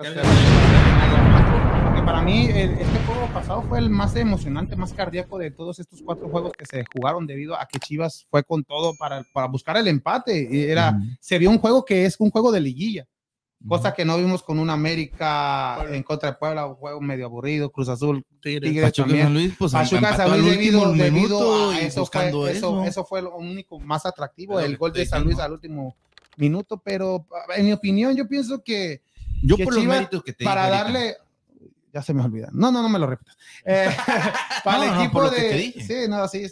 El, el, el, que para mí este juego pasado fue el más emocionante, más cardíaco de todos estos cuatro juegos que se jugaron debido a que Chivas fue con todo para, para buscar el empate. Era, uh -huh. Se vio un juego que es un juego de liguilla, uh -huh. cosa que no vimos con un América Puebla. en contra de Puebla, un juego medio aburrido, Cruz Azul, Tigres, Tigres Pachuca también. San Luis, pues, Pachuca San Luis debido, debido a eso fue, eso, eso. eso, fue lo único más atractivo, Pero el gol de San Luis al último minuto, pero ah, en mi opinión yo pienso que yo por los méritos que te para darle ya se me olvida. No, no, no me lo repitas. Eh, para no, el no, equipo de Sí, no, sí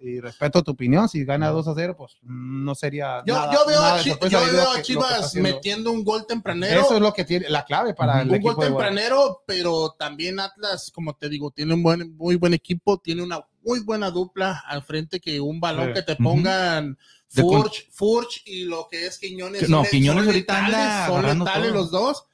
y respeto tu opinión, si gana 2 a 0, pues no sería Yo, nada, yo veo, a, Ch yo veo a Chivas que, metiendo un gol tempranero. Eso es lo que tiene la clave para el un equipo gol tempranero, pero también Atlas, como te digo, tiene un buen muy buen equipo, tiene una muy buena dupla al frente que un balón sí. que te pongan uh -huh. Furch, Furch y lo que es Quiñones. No, Quiñones ahorita anda son letales los dos,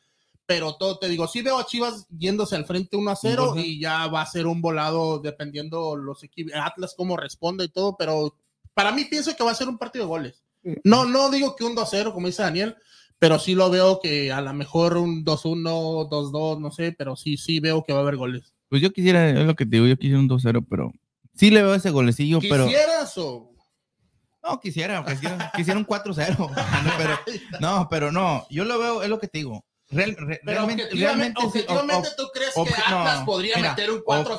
pero todo te digo, sí veo a Chivas yéndose al frente 1 a 0 uh -huh. y ya va a ser un volado dependiendo los equipos, Atlas cómo responde y todo, pero para mí pienso que va a ser un partido de goles. No, no digo que un 2 a 0, como dice Daniel, pero sí lo veo que a lo mejor un 2-1, 2-2, no sé, pero sí, sí veo que va a haber goles. Pues yo quisiera, es lo que te digo, yo quisiera un 2-0, pero sí le veo ese golecillo, pero... ¿Quisieras o...? No, quisiera, quisiera, quisiera un 4-0. No pero, no, pero no, yo lo veo, es lo que te digo. Real, re, pero realmente, objetivamente, realmente, objetivamente o, o, tú crees ob, que Atlas no, podría mira, meter un 4-0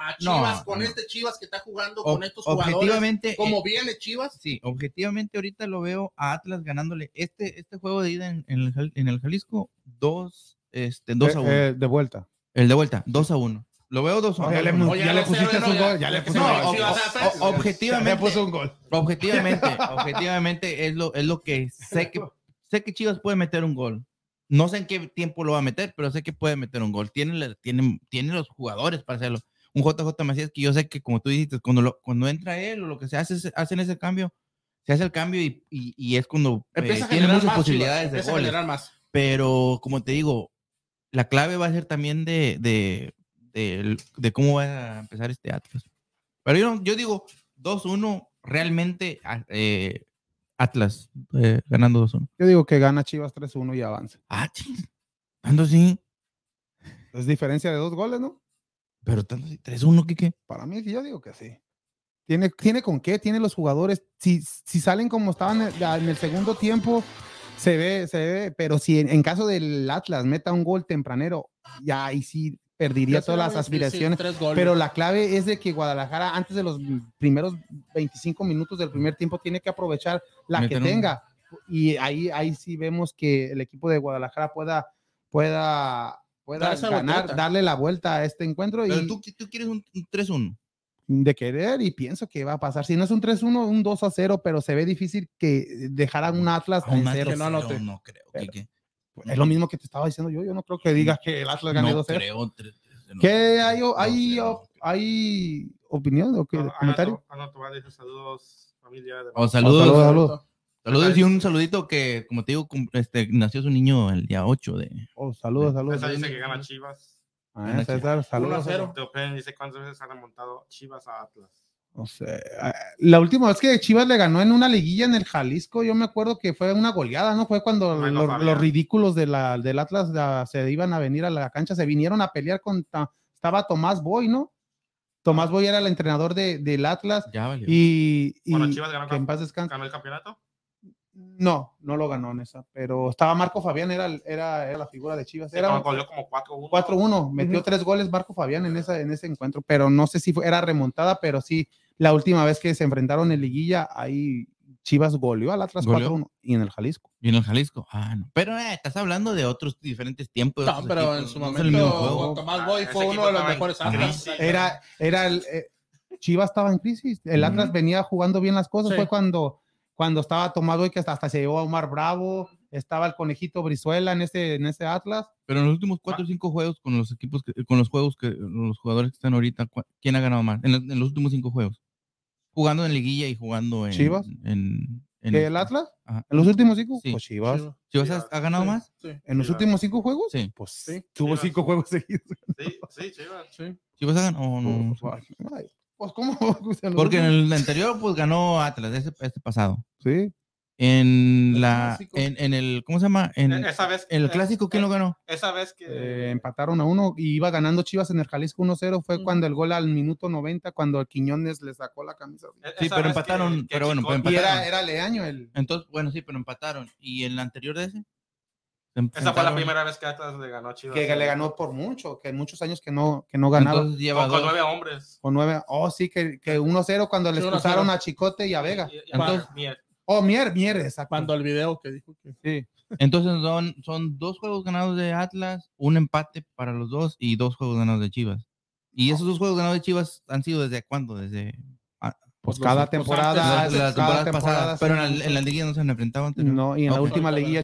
a Chivas no, con no. este Chivas que está jugando o, con estos jugadores. Objetivamente, eh, como viene Chivas. eh, Sí, objetivamente ahorita lo veo a Atlas ganándole este, este juego de ida en, en, el, en el, Jalisco 2 este, dos a 1. Eh, eh, de vuelta. El de vuelta, 2 a 1. Lo veo 2 a 1. Ya, le pusiste un gol. Ya le objetivamente. puso un gol. Objetivamente, objetivamente es lo, es lo que sé que sé que Chivas puede meter un gol. No sé en qué tiempo lo va a meter, pero sé que puede meter un gol. Tiene, tiene, tiene los jugadores para hacerlo. Un JJ Macías que yo sé que, como tú dijiste, cuando, lo, cuando entra él o lo que se hace, hacen ese cambio, se hace el cambio y, y, y es cuando eh, a tiene muchas más, posibilidades de goles. Más. Pero, como te digo, la clave va a ser también de, de, de, de cómo va a empezar este Atlas. Pero yo, yo digo, 2-1, realmente eh, Atlas eh, ganando 2-1. Yo digo que gana Chivas 3-1 y avanza. Ah, ching. Tanto sí. Es diferencia de dos goles, ¿no? Pero tanto sí. 3-1, Kike. Para mí, yo digo que sí. Tiene, tiene con qué, tiene los jugadores. Si, si salen como estaban en el, en el segundo tiempo, se ve, se ve. Pero si en, en, caso del Atlas meta un gol tempranero, ya ahí sí perdería todas las aspiraciones. Sí, sí, pero la clave es de que Guadalajara, antes de los primeros 25 minutos del primer tiempo, tiene que aprovechar la Meten que tenga. Un... Y ahí, ahí sí vemos que el equipo de Guadalajara pueda, pueda, pueda Dar ganar, vuelta. darle la vuelta a este encuentro. Pero y tú, tú quieres un, un 3-1. De querer y pienso que va a pasar. Si no es un 3-1, un 2-0, pero se ve difícil que dejará un Atlas a un en cero. No, no, te... no creo. Pero... que, que... Es lo mismo que te estaba diciendo yo. Yo no creo que Mm, digas que el Atlas gane 2 0 ¿Qué hay, hay, hay opinión Ah, o qué? comentario? saludos, familia. saludos, saludos, saludos. y un saludito que, como te digo, este, nació su niño el día 8 de. Oh, saludos, saludos. César dice que gana Chivas. Ah, César, saludos. 1-0. dice cuántas veces han remontado Chivas a Atlas. No sé. ah, La última vez que Chivas le ganó en una liguilla en el Jalisco, yo me acuerdo que fue una goleada, ¿no? Fue cuando Ay, no los, los, ridículos de la, del Atlas la, se iban a venir a la cancha, se vinieron a pelear con. Estaba Tomás Boy, ¿no? Tomás Boy era el entrenador de, del Atlas. Ya valió. Y, y bueno, Chivas ganó, que en paz descanse. ganó el campeonato. No, no lo ganó en esa, pero estaba Marco Fabián, era, era, era la figura de Chivas. Era, goleó como 4-1. 4-1, metió uh -huh. tres goles Marco Fabián en, esa, en ese encuentro, pero no sé si fue, era remontada, pero sí, la última vez que se enfrentaron en Liguilla, ahí Chivas goleó al Atlas 4-1 y en el Jalisco. Y en el Jalisco, ah, no. Pero eh, estás hablando de otros diferentes tiempos. No, pero equipos, en su momento, no Tomás Boy fue uno de los mejores Atlas. Era, era el, eh, Chivas estaba en crisis, el uh -huh. Atlas venía jugando bien las cosas, sí. fue cuando cuando estaba tomado y que hasta, hasta, se llevó a Omar Bravo, estaba el conejito Brizuela en ese, en ese Atlas. Pero en los últimos cuatro o cinco juegos con los equipos, que, con los juegos que los jugadores que están ahorita, ¿quién ha ganado más? En, los, en los últimos cinco juegos. Jugando en liguilla y jugando en. Chivas. En, en ¿El Atlas? Ajá. ¿En los últimos cinco? Sí. Pues Chivas. Chivas, Chivas, Chivas ha, ha, ganado sí, más? Sí. ¿En los últimos cinco juegos? Sí. Pues sí. Tuvo cinco juegos seguidos. Sí, sí, Chivas. Sí. ¿Chivas ha ganado? Oh, no. Ay. Pues, ¿cómo? Porque en el anterior, pues ganó Atlas, ese, este pasado. Sí. en El la clásico. en, en el ¿cómo se llama? En, E- Esa vez, en el eh, clásico quién eh, lo ganó? Esa vez que. Eh, empataron a uno y iba ganando Chivas en el Jalisco 1-0. Fue cuando el gol al minuto 90, cuando el Quiñones le sacó la camisa. e- sí, esa pero vez que- empataron, que pero bueno, Chicón- pero Y empataron. era, era Leaño el. Entonces, bueno, sí, pero empataron. ¿Y el anterior de ese? Esa fue la primera vez que Atlas le ganó a Chivas. Que le ganó por mucho, que muchos años que no, que no vez. ganaba. Entonces lleva Con, con dos. nueve hombres. Con nueve. Oh, sí, que, que 1-0 cuando le Sí, 1-0. expulsaron a Chicote y a Vega. Y- y- Entonces- Mier- Oh, Mier, Mier, exacto. Cuando el video que dijo que. Sí. Entonces son, son dos juegos ganados de Atlas, un empate para los dos y dos juegos ganados de Chivas. Y esos dos juegos ganados de Chivas han sido desde cuándo? Desde Pues Los- cada los temporada. antes, las, cada las temporadas temporada pasadas. sí. Pero en la, en la liguilla no se han enfrentado antes. ¿no? No, y en la Ok. última liguilla